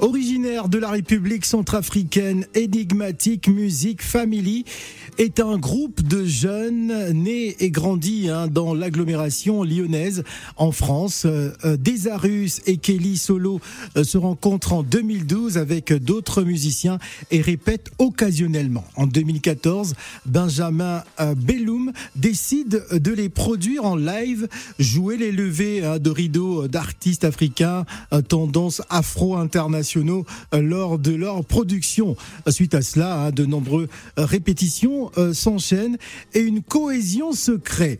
Originaire de la République centrafricaine, Enigmatic Music Family est un groupe de jeunes nés et grandis hein, dans l'agglomération lyonnaise en France. Euh, Desarus et Kelly Solo euh, se rencontrent en 2012 avec d'autres musiciens et répètent occasionnellement. En 2014, Benjamin euh, Belloum décide de les produire en live, jouer les levées hein, de rideaux d'artistes africains, euh, tendance afro-internationale euh, lors de leur production. Suite à cela, hein, de nombreuses répétitions euh, s'enchaînent et une cohésion se crée.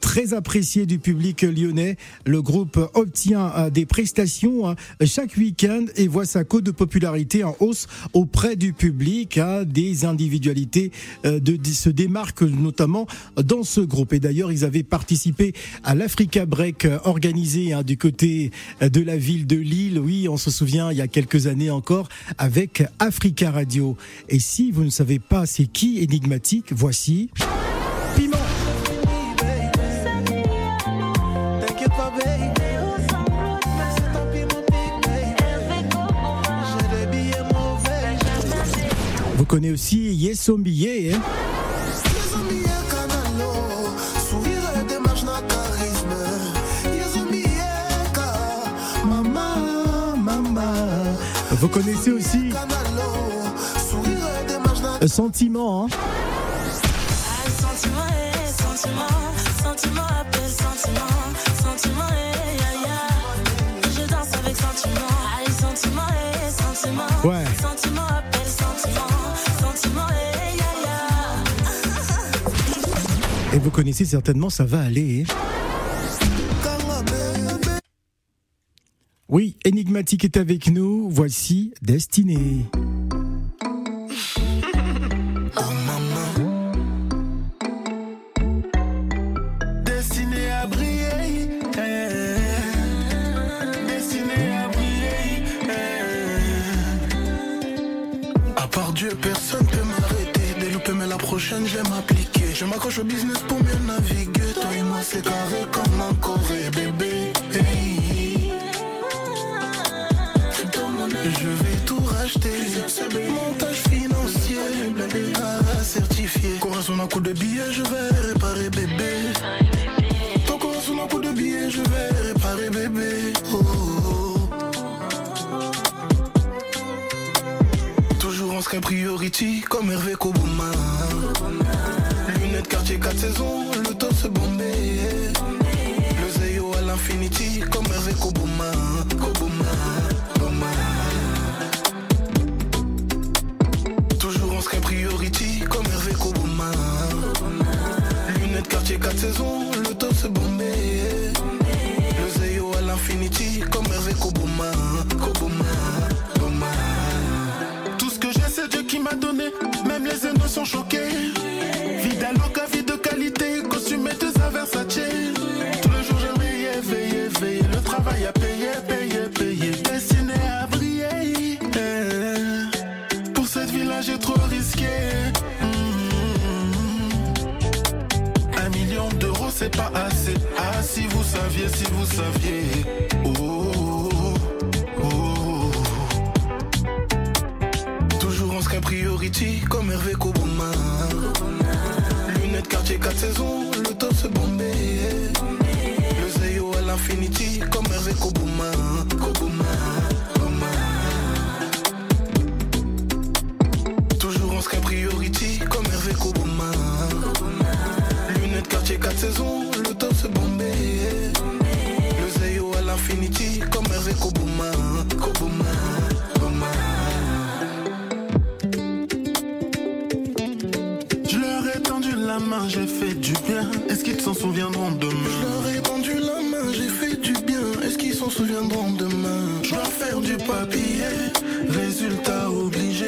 Très apprécié du public lyonnais, le groupe obtient euh, des prestations hein, chaque week-end et voit sa cote de popularité en hausse auprès du public. hein, Des individualités euh, se démarquent notamment dans ce groupe. Et d'ailleurs, ils avaient participé à l'Africa Break euh, organisé hein, du côté euh, de la ville de Lille. Oui, on se souvient, il y a quelques quelques années encore avec Africa Radio. Et si vous ne savez pas c'est qui énigmatique, voici Piment. Vous connaissez aussi Yesombiye. Hein Vous connaissez aussi euh, Sentiment. Hein ouais. Et vous connaissez certainement, ça va aller. Oui, Enigmatique est avec nous. Voici Destinée. Oh maman. Destinée à briller. eh. Destinée à briller. eh. À part Dieu, personne peut m'arrêter. Délouper, mais la prochaine, je vais m'appliquer. Je m'accroche au business pour mieux naviguer. Toi et moi, c'est carré comme un coré, bébé. Hey. Je vais tout racheter. Montage financier, à certifié. Corazon à coup de billets, je vais réparer bébé. Ton corazon à coup de billets, je vais réparer bébé. Oh, oh, oh. Toujours en sky priority comme Hervé Kobuma. Lunettes quartier 4 saisons, le top se bombait. Le Zeyo à l'infinity comme Hervé Kobuma. Kobuma, Kobuma. Toujours en sky priority comme Hervé Kobuma Lunettes quartier 4 saisons, le top se bombait Le Zeyo à l'infinity comme Hervé Kobuma Kobuma, Kobuma. Tout ce que j'ai c'est Dieu qui m'a donné, même les aînés sont choqués Vida loca, vie de qualité, costumé de sa Versace Tout le jour je veillais, veillais, veillais, le travail à payer, payer, payer Destiné à briller eh. pour cette vie là j'ai trop risqué Mhm. Un million d'euros c'est pas assez Ah si vous saviez, si vous saviez Oh, oh, oh, oh, oh. Toujours en sky priority comme Hervé Kobuma Lunettes quartier 4 saisons, le top se bombait Le Zeyo à l'infinity comme Hervé Kobuma Kobuma, Kobuma Toujours en sky priority comme Hervé Kobuma Lunettes quartier 4 saisons, le top se bombait Le Zeyo à l'infinity comme Hervé Kobuma Kobuma, Kobuma Je leur ai tendu la main, j'ai fait du bien Est-ce qu'ils s'en souviendront demain Je leur ai tendu la main, j'ai fait du bien Est-ce qu'ils s'en souviendront demain Je dois faire du papier, résultat obligé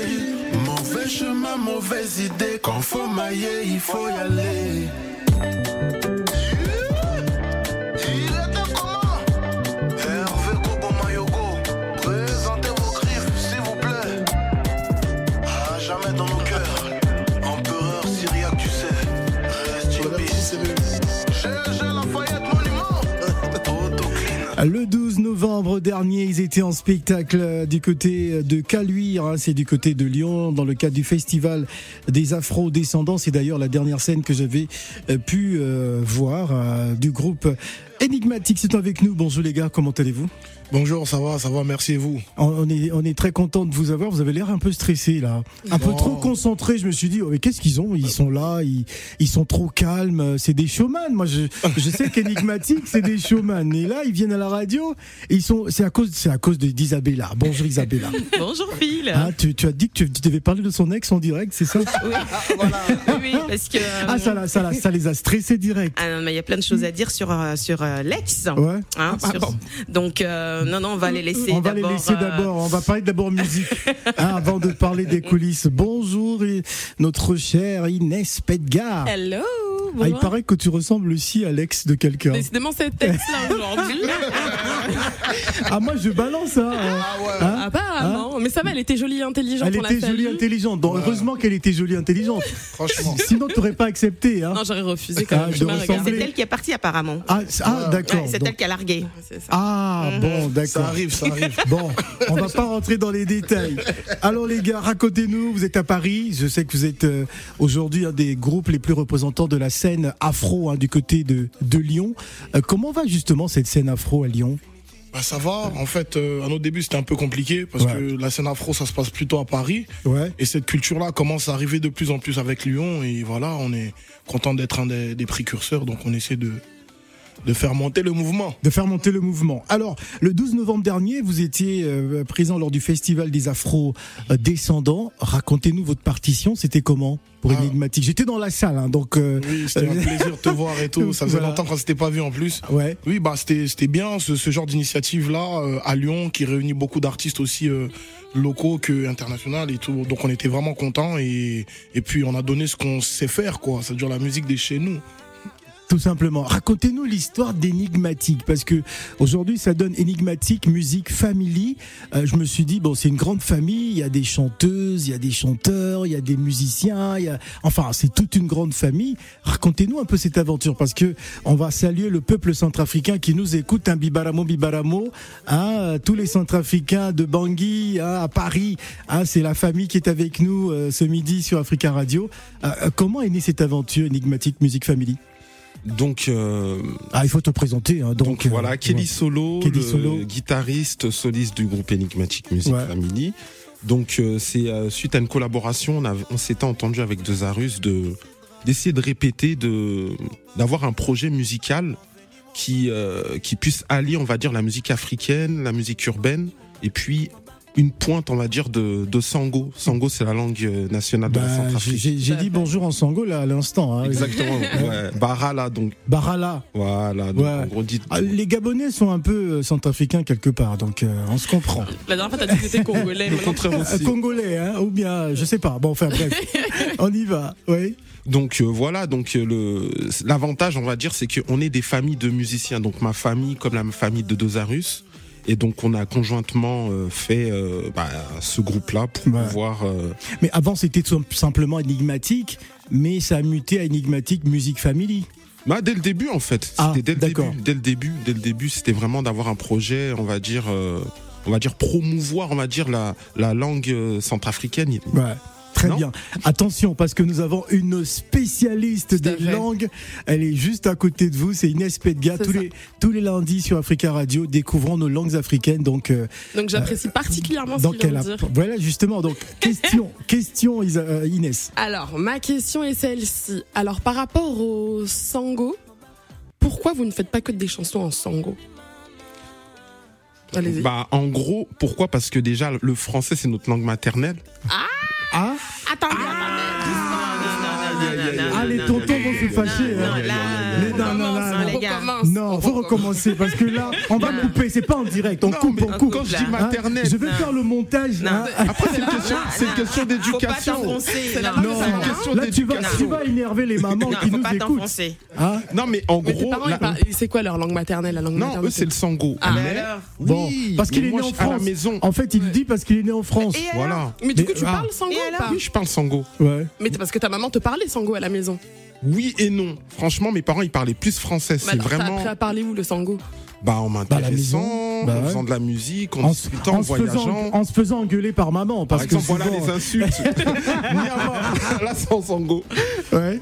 Mauvais chemin, mauvaise idée Quand faut mailler, il faut y aller Il était comment Hervé Koboma Yogo, présentez vos griffes s'il vous plaît à jamais dans nos cœurs. Empereur syriaque, tu sais. Reste in peace. J'ai, j'ai Lafayette monument. Le 12 novembre dernier, ils étaient en spectacle du côté de Caluire, hein, c'est du côté de Lyon, dans le cadre du festival des Afro-descendants. C'est d'ailleurs la dernière scène que j'avais euh, pu euh, voir euh, du groupe Enigmatique. C'est avec nous. Bonjour les gars, comment allez-vous Bonjour, ça va, ça va, merci et vous on- on est, on est très content de vous avoir. Vous avez l'air un peu stressé là, un peu Oh. trop concentré. Je me suis dit, oh, mais qu'est-ce qu'ils ont Ils sont là, ils, ils sont trop calmes. C'est des showman. Moi, je, je sais qu'énigmatique, c'est des showman. Et là, ils viennent à la radio. et Ils sont. C'est à cause, c'est à cause de- d'Isabella. Bonjour Isabella. Bonjour Phil. Hein, tu, tu as dit que tu, tu devais parler de son ex en direct, c'est ça oui. oui, parce que. euh, Ah, ça, la- ça, la- ça les a stressés direct. ah non, mais il y a plein de choses à dire sur euh, sur euh, l'ex. Ouais. Ah, Hein, sur- Donc euh, non non, on va les laisser On va les d'abord. laisser euh, d'abord. On va parler d'abord musique hein, avant de parler des coulisses. Bonjour, et notre chère Inès Pedgar. Hello Ah, il bonjour. paraît hein. que tu ressembles aussi à l'ex de quelqu'un. Décidément cette texte-là aujourd'hui. Ah, moi, je balance, hein. Hein Ah bah non, mais ça va, elle était jolie et intelligente. Elle on était la jolie, salue. intelligente. Donc, Heureusement qu'elle était jolie, intelligente. Franchement. Sinon, t'aurais pas accepté, hein. Non, j'aurais refusé quand Ah, même. de je me ressembler. regarde. C'est elle qui est partie apparemment. Ah, c'est- ah, Ouais, d'accord. c'est Donc- elle qui a largué. C'est ça. Ah, bon, Mhm. Ça d'accord. arrive, ça arrive. Bon, on va pas rentrer dans les détails. Alors les gars, racontez-nous, vous êtes à Paris, je sais que vous êtes euh, aujourd'hui un des groupes les plus représentants de la scène afro hein, du côté de, de Lyon. Euh, comment va justement cette scène afro à Lyon Bah, ça va, en fait, euh, à nos débuts c'était un peu compliqué parce Ouais. que la scène afro ça se passe plutôt à Paris Ouais. et cette culture-là commence à arriver de plus en plus avec Lyon et voilà, on est content d'être un des, des précurseurs donc on essaie de, de faire monter le mouvement. De faire monter le mouvement. Alors, le 12 novembre dernier, vous étiez euh, présent lors du Festival des Afro-Descendants. Racontez-nous votre partition, c'était comment pour Ah. Enigmatique J'étais dans la salle, hein, donc... euh, Oui, c'était un plaisir de te voir et tout, ça faisait Voilà. longtemps qu'on s'était pas vu en plus. ouais. Oui, bah c'était c'était bien ce, ce genre d'initiative là à Lyon qui réunit beaucoup d'artistes aussi euh, locaux que internationaux et tout. Donc on était vraiment contents et et puis on a donné ce qu'on sait faire quoi. Ça dure la musique de chez nous. Tout simplement. Racontez-nous l'histoire d'énigmatique parce que aujourd'hui ça donne énigmatique musique family. Euh, je me suis dit bon c'est une grande famille. Il y a des chanteuses, il y a des chanteurs, il y a des musiciens. Il y a... Enfin c'est toute une grande famille. Racontez-nous un peu cette aventure parce que on va saluer le peuple centrafricain qui nous écoute. Un bibaramo bibaramo. Hein, euh, tous les centrafricains de Bangui hein, à Paris. Hein, c'est la famille qui est avec nous euh, ce midi sur Africa Radio. Euh, euh, comment est née cette aventure énigmatique musique family? Donc, euh, Ah, il faut te présenter. Hein, donc, donc, voilà, euh, Kelly ouais. Solo, Kelly le Solo. guitariste soliste du groupe Enigmatic Music Ouais. Family. Donc euh, c'est euh, suite à une collaboration, on, avait- on s'était entendu avec deux Arus de d'essayer de répéter, de d'avoir un projet musical qui euh, qui puisse allier, on va dire, la musique africaine, la musique urbaine, et puis une pointe, on va dire, de, de sango. Sango, c'est la langue euh, nationale de la Bah, j'ai- Centrafrique. j'ai j'ai dit bonjour en sango là à l'instant. Hein, Exactement. ouais. Barala, donc Barala. voilà. donc, Ouais. en gros, dites- Ah, les Gabonais sont un peu euh, centrafricains quelque part, donc euh, on se comprend. La dernière fois, t'as dit que t'étais congolais. le maintenant, contraire Euh, aussi. Congolais, hein, ou bien euh, je sais pas. Bon, enfin bref, on y va. Oui. Donc euh, voilà, donc euh, le l'avantage, on va dire, c'est qu'on est des familles de musiciens. Donc ma famille, comme la famille de Dosarus, et donc on a conjointement euh, fait euh, bah, ce groupe-là pour Ouais. pouvoir. euh, Mais avant c'était tout simplement énigmatique, mais ça a muté à énigmatique musique family. bah, dès le début, en fait. Ah, C'était dès le d'accord. début, dès le début, dès le début, c'était vraiment d'avoir un projet, on va dire. euh, on va dire promouvoir, on va dire la, la langue euh, centrafricaine. Ouais. Très Non bien. Attention, parce que nous avons une spécialiste Tout à des fait. langues. Elle est juste à côté de vous. C'est Inès Pedga. C'est Tous ça. les, tous les lundis sur Africa Radio, découvrons nos langues africaines. Donc, euh, Donc j'apprécie particulièrement ce donc qu'il elle vient a- de dire. voilà, justement. Donc, question, question, Isa- euh, Inès. Alors, ma question est celle-ci. Alors, par rapport au sango, pourquoi vous ne faites pas que des chansons en sango Allez-y. Bah, en gros, pourquoi Parce que déjà, le français, c'est notre langue maternelle. Ah, Attendez, Non, non, non, non, non, ah, les non, tontons non, vont se fâcher. non, hein. non, là, Les on non, commence, non, hein, non, les gars. Non, faut recommencer parce que là, on va couper. C'est pas en direct. On Non, coupe, mais on coupe. on coupe, Quand je là. dis Hein, maternelle, Je vais Non. faire le montage. Non. hein. après, c'est une question, c'est une question Faut pas d'éducation. t'enfoncer. Non, c'est une question là tu vas, d'éducation. tu vas énerver les mamans Non, qui faut nous pas écoutent. t'enfoncer. Hein Non, mais en mais tes gros, parents, la- ils parlent- c'est quoi leur langue maternelle, la langue non, maternelle eux c'est le sango. Ah, Mais mais alors Bon, Oui, parce qu'il mais est né moi, en je- à la France. maison. En fait, il dit parce qu'il est né en France. Et alors Voilà. Mais du coup, Mais- tu ah. parles sango Et ou alors pas Oui, je parle sango. Ouais. Mais c'est parce que ta maman te parlait sango à la maison. Oui et non. Franchement, mes parents ils parlaient plus français. Mais C'est alors, t'as vraiment. appris à parler où le sango Bah, en Bah, la maison, m'intéressant, bah en ouais. faisant de la musique, en, En, se- discutant, en en se faisant, voyageant. en se faisant engueuler par maman. Par Parce exemple, que voilà souvent- les insultes. Niama, là, sans sango. Ouais.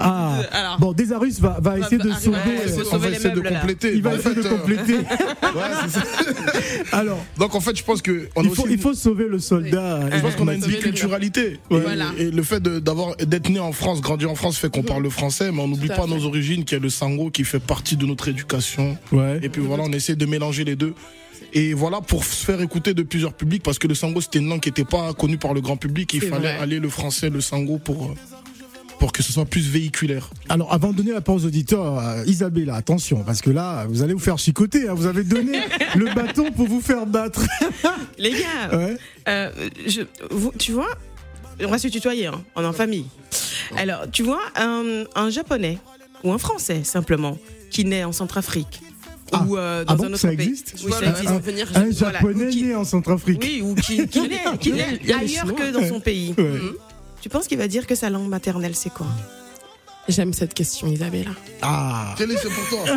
Ah. Euh, Alors, Bon, Desarus va, va essayer de arriver- sauver. euh, ouais, faut on sauver va les essayer de meubles là. compléter. Il va Bah, en essayer de fait, euh, compléter. ouais, c'est ça. Alors, Donc en fait, je pense que on a il faut, aussi il faut sauver le soldat. Je pense qu'on a une Sauver les biculturalité. Et, Voilà. et le fait de- d'avoir d'être né en France, grandi en France, fait qu'on parle le français, mais on n'oublie à pas fait. nos origines, qui est le sango, qui fait partie de notre éducation. Ouais. Et puis voilà, on essaie de mélanger les deux. Et voilà, pour se faire écouter de plusieurs publics, parce que le sango, c'était une langue qui n'était pas connue par le grand public. Il C'est fallait vrai. aller le français, le sango, pour, euh, pour que ce soit plus véhiculaire. Alors, avant de donner la parole aux auditeurs, euh, Isabella, attention, parce que là, vous allez vous faire chicoter. hein. Vous avez donné le bâton pour vous faire battre. les gars, Ouais. Euh, je, vous- tu vois, on va se tutoyer, hein, on est en famille. Alors, tu vois, un, un japonais ou un français simplement qui naît en Centrafrique Ah. ou euh, dans Ah bon, un autre ça pays. existe Oui, ça Un- existe. un- venir Un Voilà. japonais Ou qui- né en Centrafrique. Oui, ou qui, qui naît, qui naît Il y a les ailleurs Chinois. que dans son pays. Ouais. Mhm. Tu penses qu'il va dire que sa langue maternelle, c'est quoi J'aime cette question, Isabella. Ah. Télé, c'est pour toi.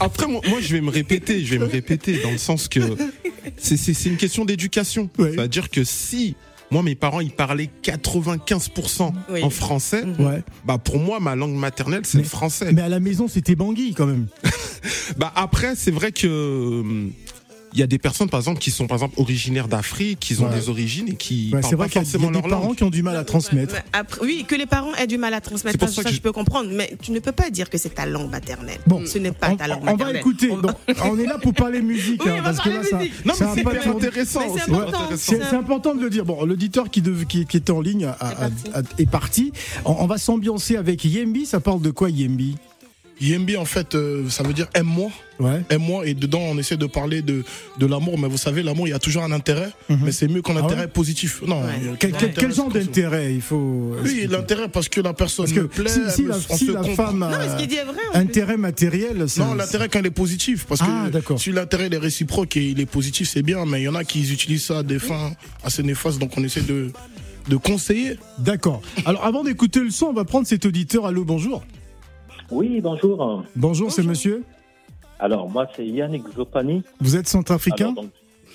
Après, moi, moi, je vais me répéter, je vais me répéter dans le sens que c'est- c'est c'est une question d'éducation. Ouais. C'est-à-dire que si moi, mes parents, ils parlaient 95% Oui. en français, Ouais. bah pour moi, ma langue maternelle, c'est le français. Mais à la maison, c'était Bangui quand même. Bah après, c'est vrai que euh, il y a des personnes, par exemple, qui sont par exemple originaires d'Afrique, qui ont Ouais. des origines et qui Ouais, c'est parlent vrai pas qu'il y a- il y forcément a des leur parents langue. qui ont du mal à transmettre. Mais après- Oui, que les parents aient du mal à transmettre, C'est pour ça, ça que je je- peux comprendre, mais tu ne peux pas dire que c'est ta langue maternelle. Bon. ce n'est pas On, ta langue on maternelle. va écouter. On- Donc, on est là pour parler musique, Oui, hein, on va parce que parler là, ça, musique. Non ça mais a c'est pas hyper tourné. intéressant. Mais c'est c'est important. hyper intéressant. C'est c'est important de le dire. Bon, l'auditeur qui, dev- qui, qui était en ligne a- a- a- est parti. On, on va s'ambiancer avec Yembi. Ça parle de quoi, Yembi Yembi, en fait, euh, ça veut dire aime-moi. Ouais. Aime-moi. Et dedans, on essaie de parler de, de l'amour. Mais vous savez, l'amour, il y a toujours un intérêt. Mais c'est mieux qu'un Ah ouais intérêt positif. Non. Ouais. il y a Quel, quel- intérêt, quel c'est genre comme ça. d'intérêt il faut Oui, l'intérêt parce que la personne Parce me que plaît. si, si me- la, on si se la comprend. femme Non, mais ce a qu'il dit est vrai. en fait. intérêt matériel, c'est- Non, l'intérêt quand il est positif, parce Ah, que d'accord. si l'intérêt il est réciproque et il est positif, c'est bien, mais il y en a qui utilisent ça à des fins assez néfastes, donc on essaie de, de conseiller. D'accord. Alors, avant d'écouter le son, on va prendre cet auditeur. Allô, bonjour. Oui, bonjour. Bonjour, c'est monsieur. Alors, moi, c'est Yannick Zopani. Vous êtes Alors, centrafricain donc,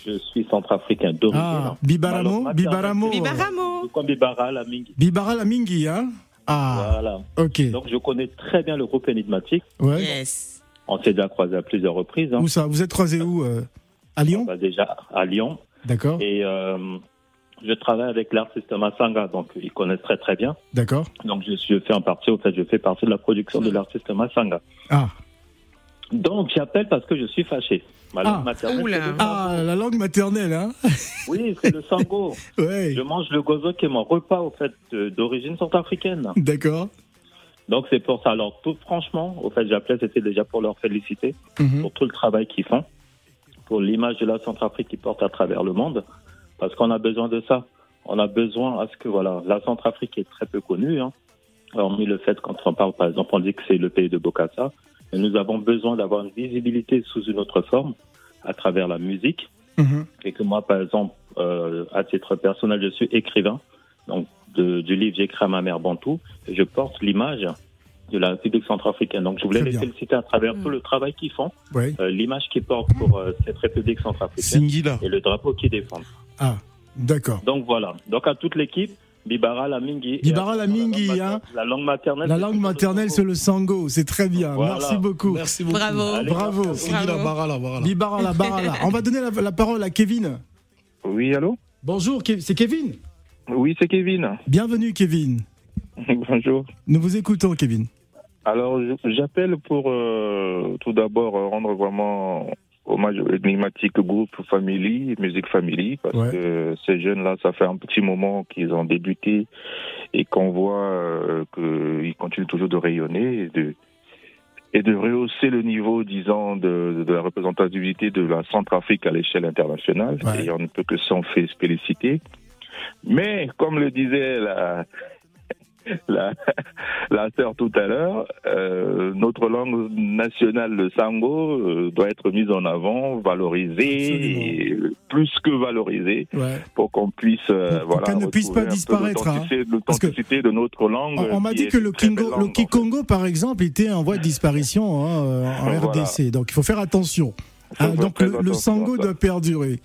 je suis centrafricain d'origine. hein. Ah, Alors, Bibaramo ma Bibaramo Bibaramo. Comme Bibara, la Mingi. Bibara la Mingi, hein Ah, Voilà. ok. Donc, je connais très bien le groupe énigmatique. Ouais. Yes. On s'est déjà croisé à plusieurs reprises. hein. Où ça Vous êtes croisé où euh, À Lyon Bah, déjà à Lyon. D'accord, Et euh, je travaille avec l'artiste Massanga, donc ils connaissent très très bien. d'accord. Donc, je, suis, je fais en partie, au fait, je fais partie de la production de l'artiste Massanga. Ah. Donc, j'appelle parce que je suis fâché. Ma langue Ah. maternelle, Oula. c'est le- Ah, la langue maternelle, hein Oui, c'est le sango. Ouais. Je mange le gozo qui est mon repas, au fait, de- d'origine centrafricaine. D'accord. Donc, c'est pour ça. Alors, tout franchement, au fait, j'appelais, c'était déjà pour leur féliciter Mhm. pour tout le travail qu'ils font, pour l'image de la Centrafrique qu'ils portent à travers le monde, parce qu'on a besoin de ça. On a besoin à ce que, voilà, la Centrafrique est très peu connue, hein, hormis le fait, quand on parle, par exemple, on dit que c'est le pays de Bokassa, mais nous avons besoin d'avoir une visibilité sous une autre forme, à travers la musique, Mhm. et que moi, par exemple, euh, à titre personnel, je suis écrivain. Donc, de- du livre J'écris à ma mère Bantou, et je porte l'image de la République centrafricaine. Donc, je voulais Très les bien. féliciter à travers Mm. tout le travail qu'ils font, Ouais. euh, l'image qu'ils portent pour euh, cette République centrafricaine Singila. et le drapeau qu'ils défendent. Ah, d'accord. Donc, voilà. Donc, à toute l'équipe, Bibara Lamingi. et Bibara à- Lamingi, la langue hein. mater- La langue maternelle. La c'est langue plutôt le maternelle, Congo. c'est le sango. C'est très bien. Voilà. Merci beaucoup. Merci beaucoup. Bravo. Allez, Bravo. merci. C'est dit la barra, la barra, là. Bibara la barra là. On va donner la, la parole à Kevin. Oui, allô Bonjour, Ke- c'est Kevin. Oui, c'est Kevin. Bienvenue, Kevin. Bonjour. Nous vous écoutons, Kevin. Alors, je- j'appelle pour euh, tout d'abord euh, rendre vraiment hommage au énigmatique groupe Family, Musique Family, parce Ouais. que ces jeunes-là, ça fait un petit moment qu'ils ont débuté et qu'on voit euh, qu'ils continuent toujours de rayonner et de, et de rehausser le niveau, disons, de, de la représentativité de la Centrafrique à l'échelle internationale. Ouais. Et on ne peut que s'en fé- féliciter. Mais, comme le disait la, la, la sœur tout à l'heure, euh, notre langue nationale, le sango, euh, doit être mise en avant, valorisée, et, euh, plus que valorisée, Ouais. pour qu'on puisse, euh, Pour voilà, qu'elle ne puisse pas retrouver un peu disparaître, hein. l'authenticité- Parce que- L'authenticité de notre langue. On, on m'a Euh, qui dit est que le une très belle Kingo, langue, le en fait. Kikongo, par exemple, était en voie de disparition hein, euh, en Voilà. RDC. Donc il faut faire attention. Faut Hein, faire donc très le, le attention à sango ça. doit perdurer.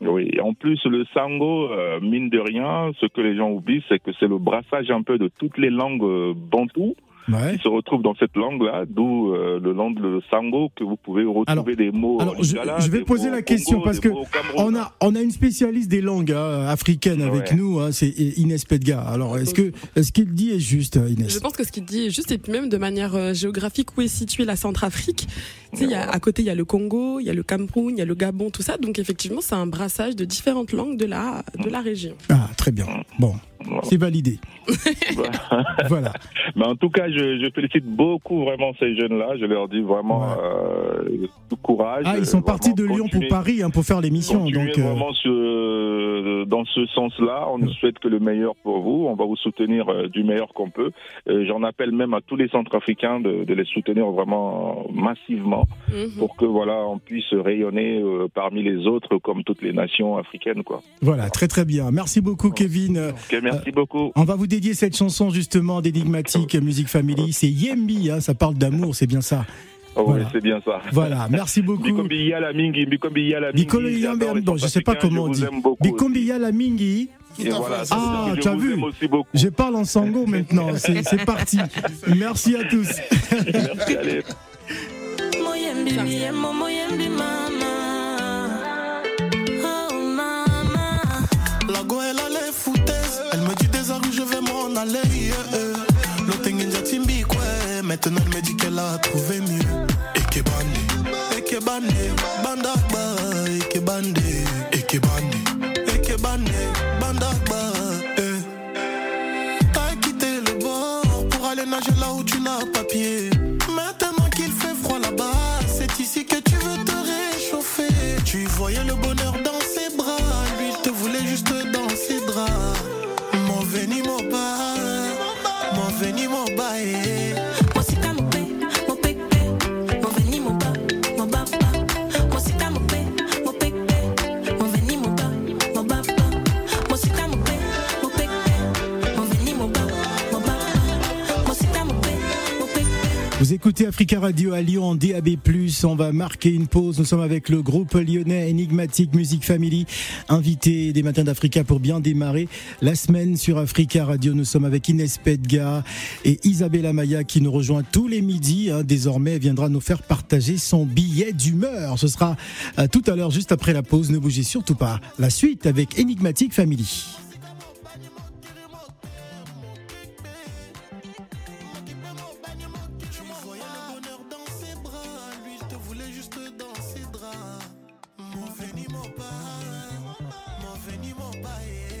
Oui, et en plus, le sango, euh, mine de rien, ce que les gens oublient, c'est que c'est le brassage un peu de toutes les langues euh, bantoues Ouais. qui se retrouvent dans cette langue-là, d'où euh, le nom de le sango, que vous pouvez retrouver Alors- des mots. alors, en je- Lingala, je vais des poser mots la au question, Congo, parce des que mots au Cameroun. On a, on a une spécialiste des langues hein, africaines avec Ouais. nous, hein, c'est Inès Pedga. Alors est-ce que est-ce qu'il dit est juste, Je Inès pense que ce qu'il dit est juste, et puis même de manière euh, géographique, où est située la Centrafrique. Tu sais, il y a, à côté, il y a le Congo, il y a le Cameroun, il y a le Gabon, tout ça. Donc, effectivement, c'est un brassage de différentes langues de la, de la région. Ah très bien. Bon, Voilà. c'est validé. voilà. Mais en tout cas, je, je félicite beaucoup vraiment ces jeunes-là. Je leur dis vraiment Ouais. euh, du courage. Ah ils sont euh, partis de vraiment Lyon pour continuer- Paris hein, pour faire l'émission. Continuez Donc euh, vraiment ce- dans ce sens-là. On Ouais. nous souhaite que le meilleur pour vous. On va vous soutenir euh, du meilleur qu'on peut. Euh, J'en appelle même à tous les centrafricains de, de les soutenir vraiment massivement Mhm. pour que voilà on puisse rayonner euh, parmi les autres comme toutes les nations africaines quoi. voilà, très très bien. Merci beaucoup Kevin. Ok, merci beaucoup. On va vous dédier cette chanson justement d'énigmatique Music Family. C'est Yembi, hein, ça parle d'amour, c'est bien ça. Oh, voilà. ouais, c'est bien ça. Voilà, merci beaucoup. Bikombi Yala Mingi, Bikombi Yala Mingi. Bikombi Yala J'adore les Mingi, bon, je sais pas Centrafricains, comment on je dit. vous aime beaucoup. Bikombiya la Mingi. Et voilà, ça veut Ah, dire que tu as je vous vu. aime aussi beaucoup. Je parle en sango maintenant, c'est c'est parti. Merci à tous. Merci, allez. La go elle a les foutaises Elle me dit des armes je vais m'en aller yeah, yeah. L'autre ninja timbi quoi Maintenant elle me dit qu'elle a trouvé mieux Ekebande Ekebande Bandagba Ekebande Ekebande Ekebande Bandagba eh. T'as quitté le bord pour aller nager là où tu n'as pas pied. Maintenant qu'il fait froid là-bas, c'est ici que tu veux te réchauffer. Tu voyais le bonheur dans ses bras, lui il te voulait juste dans ses draps. Mon veni mon bas, mon veni mon bas. eh. Vous écoutez Africa Radio à Lyon en DAB+. On va marquer une pause. Nous sommes avec le groupe lyonnais Enigmatique Music Family, invité des Matins d'Africa pour bien démarrer la semaine sur Africa Radio. Nous sommes avec Inès Pedga et Isabella Maya qui nous rejoint tous les midis. hein. Désormais, elle viendra nous faire partager son billet d'humeur. Ce sera euh, tout à l'heure, juste après la pause. Ne bougez surtout pas. La suite avec Enigmatique Family. Tu voyais le bonheur dans ses bras, lui il te voulait juste dans ses draps. Mon veni mon bas, mon veni mon bas. eh.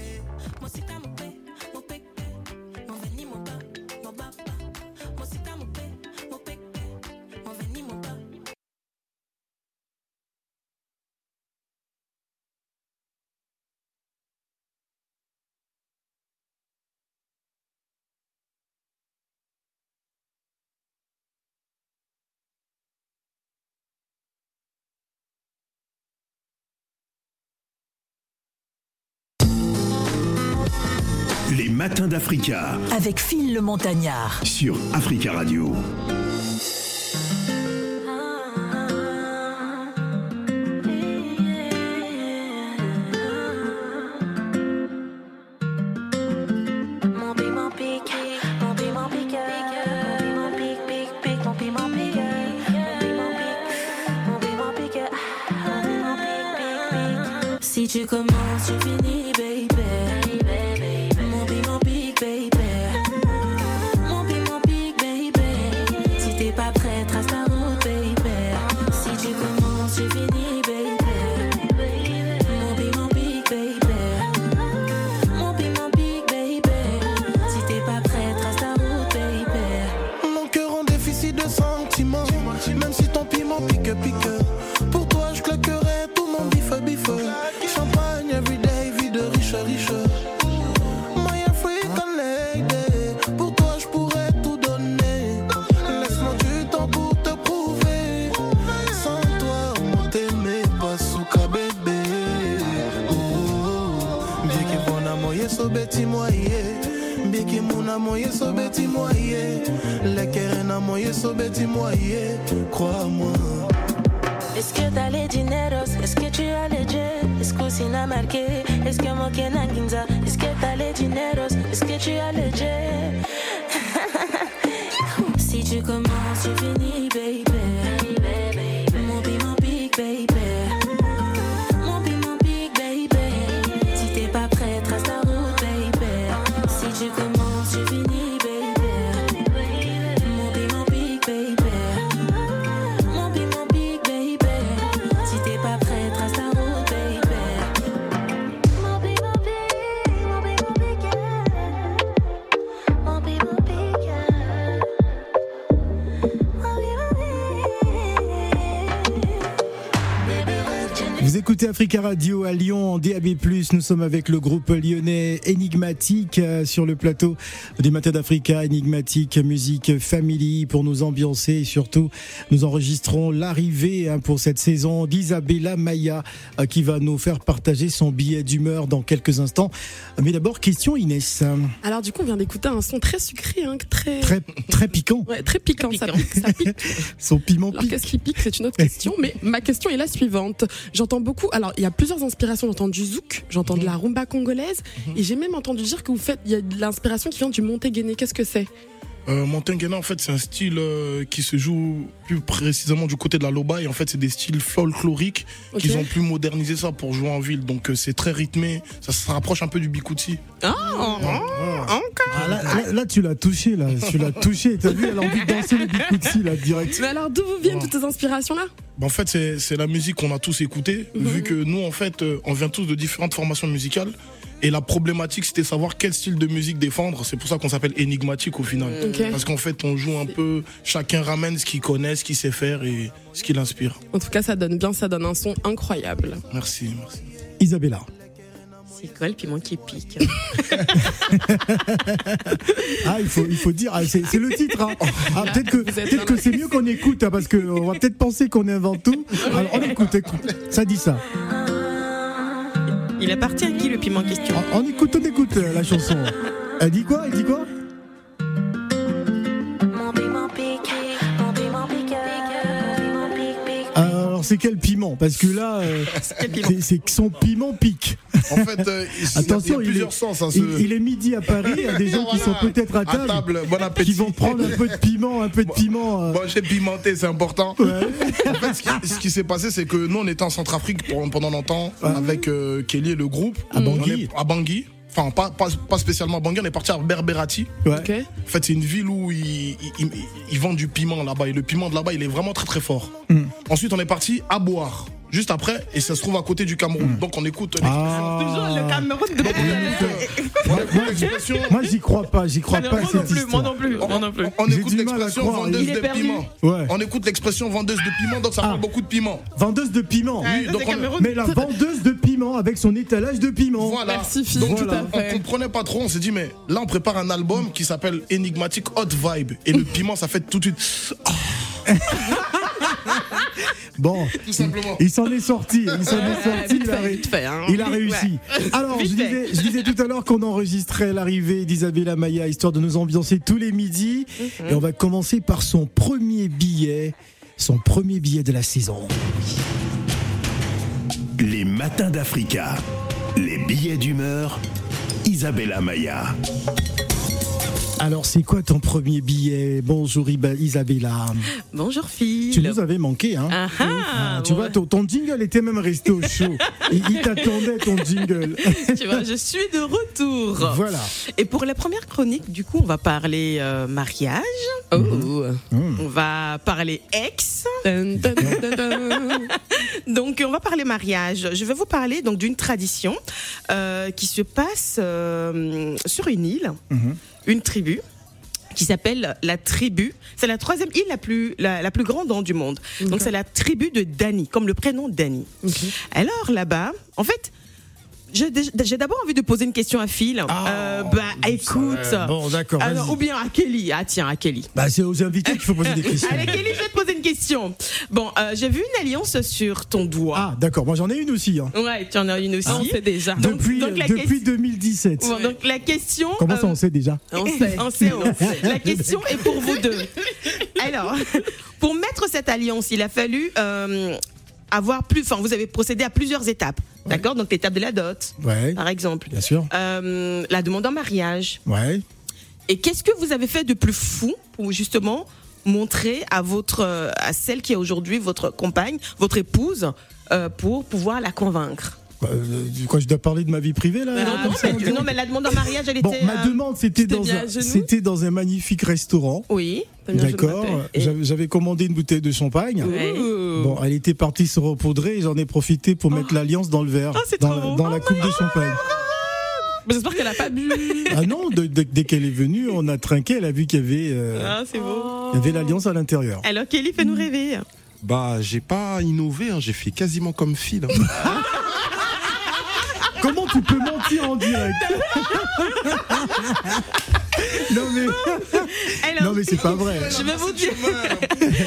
Les matins d'Africa Avec Phil le Montagnard. sur Africa Radio. Mon piment pique, mon piment pique, mon piment pique, pique, pique, mon piment pique, mon piment pique, mon piment pique, mon piment pique, pique, pique. Si tu commences, tu finis, baby. Mon piment pique, baby. Mon piment pique, baby. Si t'es pas prêt, trace ta route, baby. Si tu commences, tu finis, baby. Mon piment pique, baby. Mon piment big baby Si t'es pas prêt, trace ta route baby Mon cœur en déficit de sentiments. Même si ton piment pique, pique. Pour toi, je claquerai tout mon bif, bif. Champagne, everyday, vie de riche. Oh, yesu obeti mwa ye lekere na moi yesu obeti mwa ye crois-moi Est-ce que t'as les dineros? Est-ce que tu as les jeux? Est-ce que c'est n'a marqué? Est-ce que mon Kenan Ginza? Est-ce que t'as les dineros? Est-ce que tu as les jeux? si tu commences, tu finis, baby. Mon bi, mon big, baby. Mon bi, mon big, baby. Si t'es pas prêt, trace ta route, baby. Si tu commences, tu finis, baby. Mon bi, mon big, baby. Mon bi, mon big baby. Si t'es pas prêt, trace ta route, baby. Mon bi, mon big, mon bi, mon big Mon bi, mon big Mon bi, mon Vous écoutez Africa Radio à Lyon en DAB+. Nous sommes avec le groupe lyonnais Énigmatique euh, sur le plateau du Matin d'Africa. Énigmatique, musique family pour nous ambiancer et surtout nous enregistrons l'arrivée hein, pour cette saison d'Isabella Maya euh, qui va nous faire partager son billet d'humeur dans quelques instants. Mais d'abord, question Inès. Alors du coup, on vient d'écouter un son très sucré, hein, très Très, très piquant. ouais, très piquant. Ça pique, ça pique. Son piment Alors pique. qu'est-ce qui pique C'est une autre question, mais ma question est la suivante. J'entends beaucoup. Alors il y a plusieurs inspirations. J'entends du zouk, j'entends de la Mhm. rumba congolaise, et j'ai même entendu dire que vous faites. Il y a de l'inspiration qui vient du Montéguéné. Qu'est-ce que c'est Euh, Montenguena, en fait, c'est un style euh, qui se joue plus précisément du côté de la Loba. Et en fait, c'est des styles folkloriques Ok. qu'ils ont pu moderniser ça pour jouer en ville. Donc, euh, c'est très rythmé. Ça se rapproche un peu du Bikuti. Ah, Ah, là, là- là, tu l'as touché, là. Tu l'as touché. T'as vu, elle a envie de danser le Bikutsi, là, direct. Mais alors d'où vous viennent toutes ces inspirations là Bah, en fait, c'est c'est la musique qu'on a tous écoutée, vu que nous, en fait, euh, on vient tous de différentes formations musicales. Et la problématique, c'était savoir quel style de musique défendre. C'est pour ça qu'on s'appelle énigmatique au final. Ok. Parce qu'en fait, on joue un peu, chacun ramène ce qu'il connaît, ce qu'il sait faire et ce qu'il inspire. En tout cas, ça donne bien. Ça donne un son incroyable. Merci, merci. Isabella. C'est quoi le piment qui pique Ah, il faut, il faut dire, ah, c'est c'est le titre. hein. Ah, peut-être que, Vous êtes peut-être que c'est mieux qu'on écoute, hein, parce que on va peut-être penser qu'on invente tout. Alors, on écoute, écoute. Ça dit ça. Il appartient à qui le piment en question On, on écoute, on écoute euh, la chanson. Elle dit quoi Elle dit quoi Mon bi, mon big Mon bi, mon big Mon bi, mon big Alors, c'est quel piment Parce que là, euh, c'est- c'est que son piment pique. En fait, euh, il y a- Attention, il il y a plusieurs est- sens. hein, ce- Il, il est midi à Paris, il y a des gens qui Voilà. sont peut-être à à table, table. Bon qui appétit. vont prendre un peu de piment, un peu de piment. euh, Bon, j'ai pimenté, c'est important. En fait, ce qui, ce qui s'est passé, c'est que nous, on était en Centrafrique pour- pendant longtemps avec euh, Kelly et le groupe. À Bangui. On est- À Bangui. Enfin, pas, pas, pas spécialement à Bangui, on est parti à Berberati. ouais. Ok. En fait, c'est une ville où ils, ils- ils- ils vendent du piment là-bas. Et le piment de là-bas, il est vraiment très très fort. Hmm. Ensuite, on est parti à Boire, juste après, et ça se trouve à côté du Cameroun. Donc, on écoute. Toujours le Hmm. Ah. Cameroun de On écoute l'expression. Moi, j'y crois pas, j'y crois moi pas à non cette plus, moi histoire. non plus, moi non plus. On J'ai écoute du mal à l'expression croire. vendeuse Il est de perdu. hein. piment. Ouais. On écoute l'expression vendeuse de piment, donc ça Ah. parle beaucoup de piment. Vendeuse de piment. Ah, Oui, ça, donc c'est on- Cameroun. Mais la vendeuse de piment avec son étalage de piment. Voilà. Merci, Phil, Donc, tout on- à on, fait. comprenait pas trop. On s'est dit, mais là, on prépare un album qui s'appelle Enigmatic Hot Vibe. Et le piment, ça fait tout de suite. Ah, Bon, Tout simplement. il s'en est sorti. Il s'en est sorti. vite Il a, fait, ré- vite fait, hein. il a réussi. Alors, je Vite fait. disais, je disais tout à l'heure qu'on enregistrait l'arrivée d'Isabella Maya, histoire de nous ambiancer tous les midis. Mhm. Et on va commencer par son premier billet, son premier billet de la saison. Les matins d'Africa. Les billets d'humeur. Isabella Maya. Alors, c'est quoi ton premier billet Bonjour Iba- Isabella. Bonjour fille. Tu nous avais manqué, hein Ah, ah, Tu vois, ouais. ton, ton jingle était même resté au chaud. Il, il t'attendait ton jingle. Tu vois, je suis de retour. voilà. Et pour la première chronique, du coup, on va parler euh, mariage. Oh. On va parler ex. Dun, dun, dun, dun, dun. Donc, on va parler mariage. Je vais vous parler donc d'une tradition euh, qui se passe euh, sur une île, Mhm. une tribu qui s'appelle la tribu. C'est la troisième île la plus, la, la plus grande hein, du monde. Donc, c'est la tribu de Dani, comme le prénom Dani. Ok. Alors là-bas, en fait, J'ai dé- j'ai d'abord envie de poser une question à Phil. Euh, bah écoute. va. Ah, Bon, d'accord, Alors, vas-y. Ou bien à Kelly. Ah tiens, à Kelly. Bah, c'est aux invités qu'il faut poser des questions. Allez Kelly, je vais te poser une question. Bon, euh, j'ai vu une alliance sur ton doigt. Ah, d'accord. Moi, j'en ai une aussi. hein. Ouais, tu en as une aussi. Ah, on sait déjà. depuis depuis 2017. donc la question. Comment ça, euh, on sait déjà on sait, on sait, on sait. La question est pour vous deux. Alors, pour mettre cette alliance, il a fallu euh, avoir plus. Enfin, vous avez procédé à plusieurs étapes. D'accord Donc, l'étape de la dot, Ouais. par exemple. Bien sûr. Euh, la demande en mariage. Ouais. Et qu'est-ce que vous avez fait de plus fou pour justement montrer à votre euh, à celle qui est aujourd'hui votre compagne, votre épouse, euh, pour pouvoir la convaincre Ah, Bah, euh, du quoi, je dois parler de ma vie privée Bah, là non, comme ça, mais, on dirait non, mais la demande en mariage, elle Bon, était. ma euh, demande, c'était t'étais dans, mis à un- genoux c'était dans un magnifique restaurant. Oui. D'accord. J'avais- J'avais commandé une bouteille de champagne. Ouais. Bon, elle était partie se repoudrer et j'en ai profité pour Oh. mettre l'alliance dans le verre, Ah, dans, la, dans la coupe de champagne. Mais J'espère qu'elle a pas bu. Ah non, de- de- dès qu'elle est venue, on a trinqué. Elle a vu qu'il y avait, euh, Ah, c'est beau. il y avait l'alliance à l'intérieur. Alors, Kelly, Mm. fais-nous rêver. Bah, j'ai pas innové, hein, j'ai fait quasiment comme Phil. hein. Comment tu peux mentir en direct Non mais, non mais c'est pas vrai. Je vais vous dire.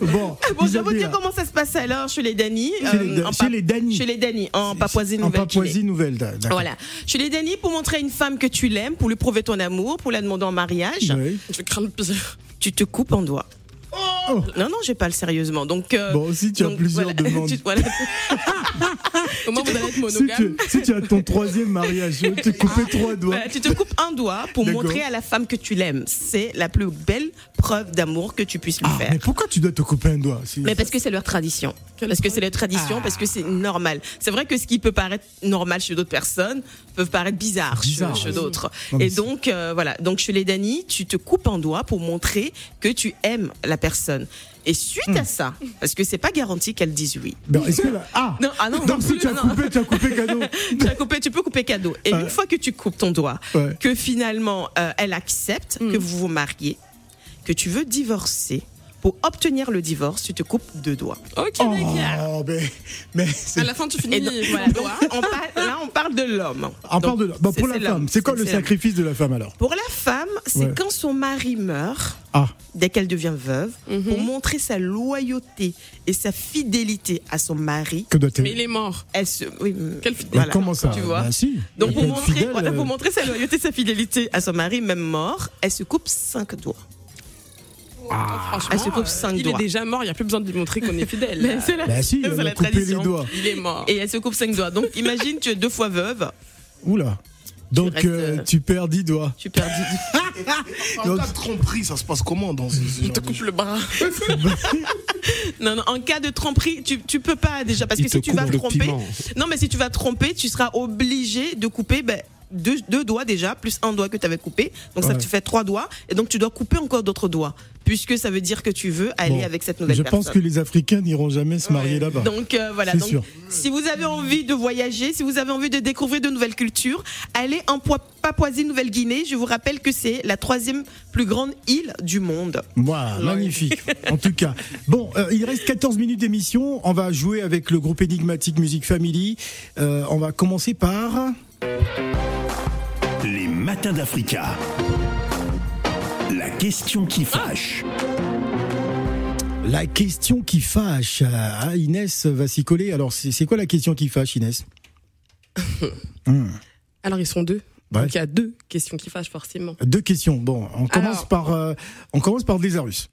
Bon, Bon, je vais vous Isabella, dire comment ça se passe alors chez les Dani. Chez les Da- en chez Pap- les Dani. Chez les Dani, en en Papouasie-Nouvelle-Guinée. Papouasie Nouvelle. d'accord. Voilà. Chez les Dani, pour montrer à une femme que tu l'aimes, pour lui prouver ton amour, pour la demander en mariage, Oui. Je crains le pire. tu te coupes en doigts. Non, non, je parle sérieusement. Donc, euh, Oh. Bon, si tu as donc, plusieurs voilà. demandes. Tu- voilà. Au moins, vous allez être Si monogame. Bah, tu, si tu as ton troisième mariage, tu te coupais trois doigts. Voilà, tu te coupes un doigt pour D'accord. montrer à la femme que tu l'aimes. C'est la plus belle preuve d'amour que tu puisses lui Ah, faire. mais pourquoi tu dois te couper un doigt si- Mais parce que c'est leur tradition. Parce que c'est leur Ah. tradition, parce que c'est normal. C'est vrai que ce qui peut paraître normal chez d'autres personnes peut paraître bizarre, chez- Bizarre, chez, oui. d'autres. Non, mais Et c'est- donc, euh, voilà. Donc, chez les Dani, tu te coupes un doigt pour montrer que tu aimes la personne. Et suite à ça, parce que c'est pas garanti qu'elle dise oui. Hmm. Non, est-ce que là- Ah Non, ah non, Donc si tu as non. coupé, tu as coupé cadeau. tu, as coupé- tu peux couper cadeau. Et une fois que tu coupes ton doigt, Ouais. Hmm. que finalement euh, elle accepte que vous vous mariez, que tu veux divorcer, pour obtenir le divorce, tu te coupes deux doigts. Ok, d'accord. Oh, mais, mais c'est- À la fin, tu finis. Et donc, voilà, donc, on parle- Ah, là, on parle de l'homme. on parle Donc, de la- bon, c'est- pour la c'est l'homme. femme, c'est quoi C'est- le c'est l'homme. sacrifice de la femme alors Pour la femme, c'est Ouais. quand son mari meurt, Ah, dès qu'elle devient veuve, Mhm. pour montrer sa loyauté et sa fidélité à son mari, que doit-elle Mais il est mort. elle se. Oui, mm, Quelle fidélité. Mais voilà, Comment ça Tu vois Bah, si. Donc Elle pour peut être montrer, fidèle, voilà, euh, pour montrer sa loyauté, sa fidélité à son mari, même mort, elle se coupe cinq doigts. Ah, Franchement, Elle se coupe euh, cinq il doigts. est déjà mort, il n'y a plus besoin de lui montrer qu'on est fidèle. Mais c'est la, Bah si, c'est elle la a coupé les doigts. Il est mort. Et elle se coupe cinq doigts. Donc imagine, tu es deux fois veuve, Oula. Donc restes, euh, euh, tu perds 10 doigts. tu perds dix En cas de tromperie, ça se passe comment dans ce, ce Il genre te de- coupe le bras. Non, non, en cas de tromperie, tu, tu peux pas déjà. Parce Il que te si tu vas coupe le tromper. piment. Non, mais si tu vas tromper, tu seras obligé de couper ben, deux, deux doigts déjà, plus un doigt que tu avais coupé. Donc ça Ouais. te fait trois doigts. Et donc tu dois couper encore d'autres doigts. Puisque ça veut dire que tu veux aller Bon. avec cette nouvelle Je personne. pense que les Africains n'iront jamais se marier là-bas. Donc euh, voilà, C'est donc, sûr. si vous avez envie de voyager, si vous avez envie de découvrir de nouvelles cultures, allez en Poi- Papouasie-Nouvelle-Guinée. Je vous rappelle que c'est la troisième plus grande île du monde. Voilà, magnifique. En tout cas, bon, euh, il reste 14 minutes d'émission. On va jouer avec le groupe énigmatique Music Family. Euh, on va commencer par. Les matins d'Africa. La question qui fâche. La question qui fâche. Ah, Inès va s'y coller. Alors, c'est c'est quoi la question qui fâche, Inès Hmm. Alors, ils sont deux. Ouais. Donc, il y a deux questions qui fâchent forcément. Deux questions. Bon, on commence Alors. par euh, on commence par Desarus.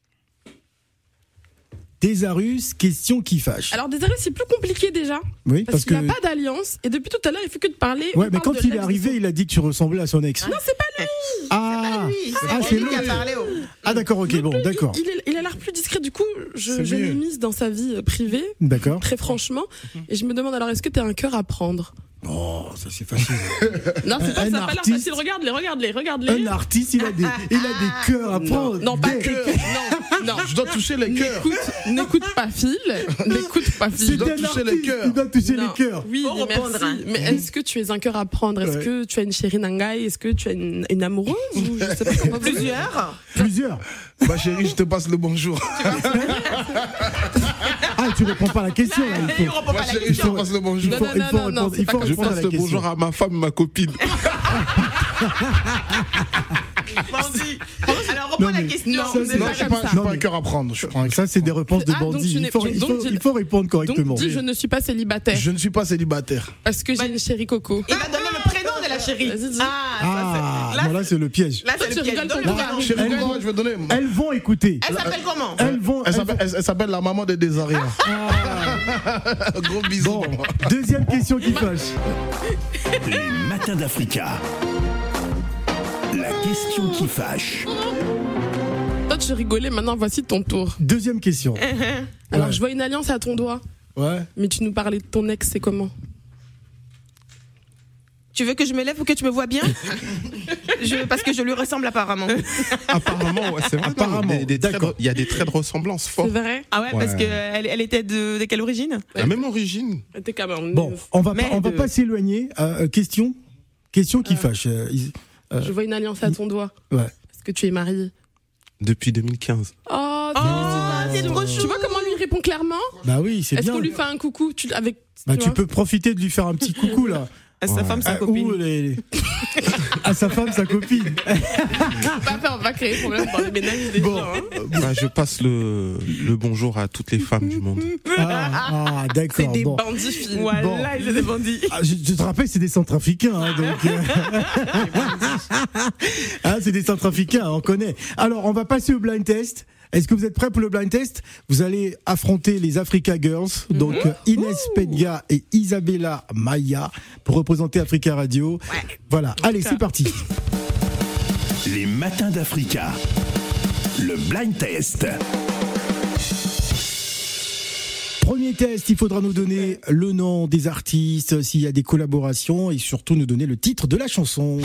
Desarus, question qui fâche. Alors, désolé, c'est plus compliqué déjà. oui, Parce, parce qu'il que n'y a pas d'alliance. Et depuis tout à l'heure, il fait que de parler. ouais, on mais parle quand de il est l'alliance. arrivé, il a dit que tu ressemblais à son ex. Non, c'est pas lui. ah, ah, c'est lui qui a l'autre. parlé au- Ah d'accord, ok, bon, d'accord, oh. Il, est- il a l'air plus discret. Du coup, je, C'est je l'ai mieux. mise dans sa vie euh, privée, d'accord. très franchement. Et je me demande alors, est-ce que t'es un cœur à prendre Oh, ça c'est facile. Non, c'est Un pas ça. a Pas l'air artiste. facile. Regarde-les, regarde-les, Un regarde-les. artiste, il a des, il a des cœurs à prendre. Ah, Non, pas Des- que. Non, non. Je dois toucher les cœurs. N'écoute- N'écoute pas Phil. N'écoute pas Phil. C'est doit un toucher artiste, les cœurs. Il doit toucher Non. les cœurs. Oui, Faut mais reprendre, merci. hein. Mais est-ce que tu es un cœur à prendre Est-ce Ouais. que tu as une chérie Nangai Est-ce que tu as une, une amoureuse Ou Je sais pas comment vous- Plusieurs. Plusieurs. Ma chérie, je te passe le bonjour. Ah Ah, tu réponds pas à la question. là, il faut- Moi, chérie, je te passe le bonjour. Il faut, il faut répondre, il faut je répondre passe à la le question. bonjour à ma femme, ma copine. Alors, reprends la question. non, on est non, pas je suis comme pas, je ça. suis pas un cœur à prendre. Je suis pas un Ça, c'est des réponses de Ah, donc bandits. tu Il n'es- faut, tu- il donc faut- tu- il faut répondre correctement. Donc dis je ne suis pas célibataire Je ne suis pas célibataire. parce que j'ai une chérie coco. Il va donner le prénom de la chérie. Vas-y, dis. Ah, ça, Ah, c'est- là, voilà, c'est le piège. là, c'est Tu le piège. rigoles Donc, pas, on va- là. Chérie, Elle- comment je vais donner Elles vont écouter. Elle s'appelle comment Elles vont. Elle elles s'appelle- vont- elle- elle s'appelle la maman des désariens. Gros bisous. Bon, deuxième question qui fâche. Les matins d'Africa. La question qui fâche. Toi tu rigolais, maintenant voici ton tour. Deuxième question. Alors Ouais. je vois une alliance à ton doigt, Ouais. mais tu nous parlais de ton ex, c'est comment Tu veux que je me lève ou que tu me vois bien Je- Parce que je lui ressemble apparemment. Apparemment, ouais, c'est vrai. non, Apparemment, des- des traits de- d'accord. Il y a des traits de ressemblance C'est forts. vrai Ah ouais, Ouais. parce qu'elle elle était de, de quelle origine La même origine. T'es Camerounaise. Bon, on va pas, on va Merde. pas s'éloigner. Euh, euh, question, question qui fâche. Euh, il- Je vois une alliance à ton doigt. Ouais. Est-ce que tu es mariée Depuis 2015. Oh, c'est trop chou. Tu vois comment on lui répond clairement Bah oui, c'est Est-ce bien. qu'on lui fait un coucou tu, avec, Bah tu tu vois peux profiter de lui faire un petit coucou là. À Sa femme, sa Ah, copine. ou les- à sa femme, sa copine. pas faire, on va créer problème dans les ménages des Bon. gens. hein. Bah, je passe le, le bonjour à toutes les femmes du monde. Ah, ah, C'est d'accord. des bon. bandits filles. Voilà, Bon. ils étaient bandits. Ah, je, je te rappelle, c'est des centrafricains. hein, donc, euh, ah, c'est des centrafricains, on connaît. Alors, on va passer au blind test. Est-ce que vous êtes prêts pour le blind test Vous allez affronter les Africa Girls, donc euh, Inès Pedga et Isabella Maya, pour représenter Africa Radio. Voilà, allez, c'est parti. Les matins d'Africa. Le blind test. Premier test, il faudra nous donner le nom des artistes, s'il y a des collaborations, et surtout nous donner le titre de la chanson.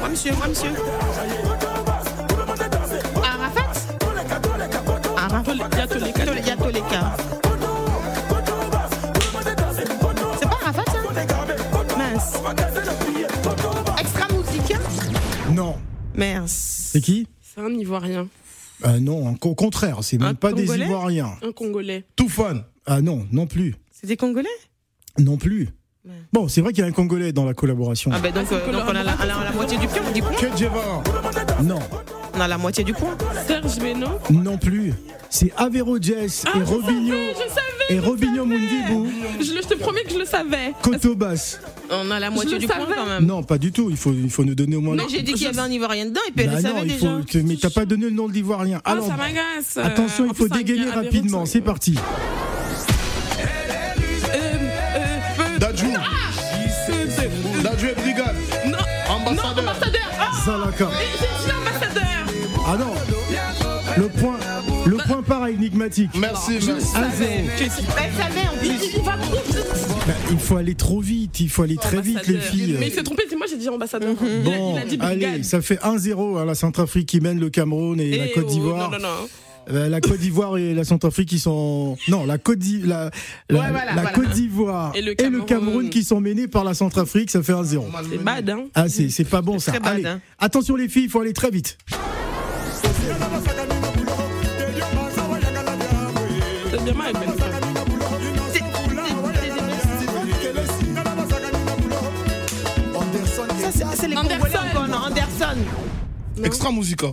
Moi, monsieur, moi, monsieur. Arafat Arafat, Tole- Yatoleka. C'est pas Arafat, ça Mince. Extra musique Non. Mince. C'est qui C'est un Ivoirien, Ah Non, au contraire, c'est Un même pas des Congolais Ivoiriens. un Congolais. Tout fun. Ah non, non plus. C'est des Congolais Non plus. Ouais. Bon, c'est vrai qu'il y a un Congolais dans la collaboration. Ah ben donc, Ah, c'est euh, donc on, a la, on a la moitié du point, du point. Que Jevan. Non, On a la moitié du point. Serge Beno non plus. C'est Avero Jess Ah, et Robinho Ah, Je savais, et Robinho Mundibu je, le- je te promets que je le savais. Kotobas. On a la Je moitié le du point savais. quand même. Non, pas du tout. Il faut, il faut nous donner au moins. Mais j'ai dit qu'il y avait un Ivoirien dedans et puis elle Bah le non, savait il déjà. faut que- mais t'as pas donné le nom de l'Ivoirien. Ah, Alors, ça m'agace. Euh, attention, en il plus, faut c'est un dégainer gars, un rapidement. Béron, C'est parti. Euh, euh, Dadjou. euh, Dadjou et Brigade. Non, non, Ambassadeur. ambassadeur. Ah, Zalaka. j'ai dit ambassadeur. Ah non. Le point, le Bah. point part à énigmatique. Merci, merci. À zéro. Elle savait en plus. Il va trop vite. Bah, il faut aller trop vite. Il faut aller très vite, les Ambassadeur. filles. Mais il s'est trompé, c'est moi j'ai dit ambassadeur. Mhm. Il a- Bon, il a dit allez, brigade. ça fait 1-0 à la Centrafrique qui mène le Cameroun et, la Eh Côte oh, d'Ivoire. Non, non, non. Euh, La Côte d'Ivoire et la Centrafrique qui sont non la Côte d'I- la, la- Ouais, voilà, la voilà. Côte d'Ivoire Et le Cameroun. Cameroun qui sont menés par la Centrafrique, ça fait 1-0. C'est bad, hein. Ah c'est c'est pas bon ça. très bad, Allez, hein. attention les filles, il faut aller très vite. C'est bien mal, mais ça. Ça, c'est- c'est les Anderson. Congolais encore, non Anderson. Extra Musica.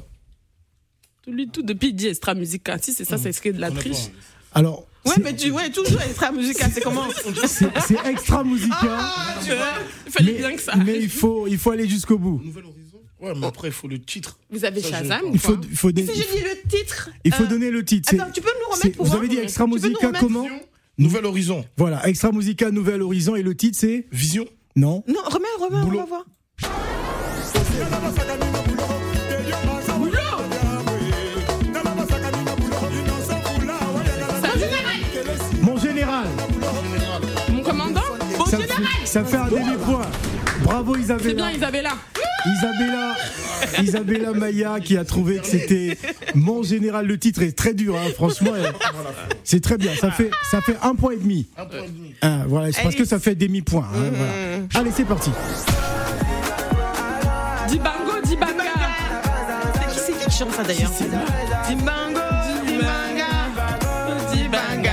Tout lui, tout depuis dit Extra Musica. Si c'est Mhm. ça, c'est ce qui est de la triche. Alors Ouais, c'est- mais tu, ouais, toujours extra musical, c'est comment c'est c'est extra hein. musical, Ah, Il fallait mais, bien que ça. mais il faut il faut aller jusqu'au bout. Nouvel Horizon. Ouais, mais après, il faut le titre. Vous avez Ça, je- Shazam ou Il faut quoi il faut, Si dé- j'ai dit le titre. il faut euh, donner le titre. Attends, C'est- tu peux nous c'est- remettre pour vous voir avez dit extra Tu peux nous musica remettre- comment Nouvel Horizon. Voilà, extra musica nouvel horizon et le titre c'est Vision. non Non, remets, remets, on Boulot. va voir. mon général. Mon commandant Bon, Ça général fait, ça fait un demi point. Bravo C'est Isabella. bien Isabella. Isabella, Isabella Maya qui a trouvé que c'était mon général. Le titre est très dur, hein, franchement. elle- C'est très bien. Ça fait, ça fait un point et demi. Un point et demi. Hein, voilà, c'est parce que ça fait demi-point. hein, voilà. Allez, c'est parti. Dibango, Dibanga. C'est qui- C'est qui qui chante ça d'ailleurs Dimbango, Dimbanga, Dimbanga.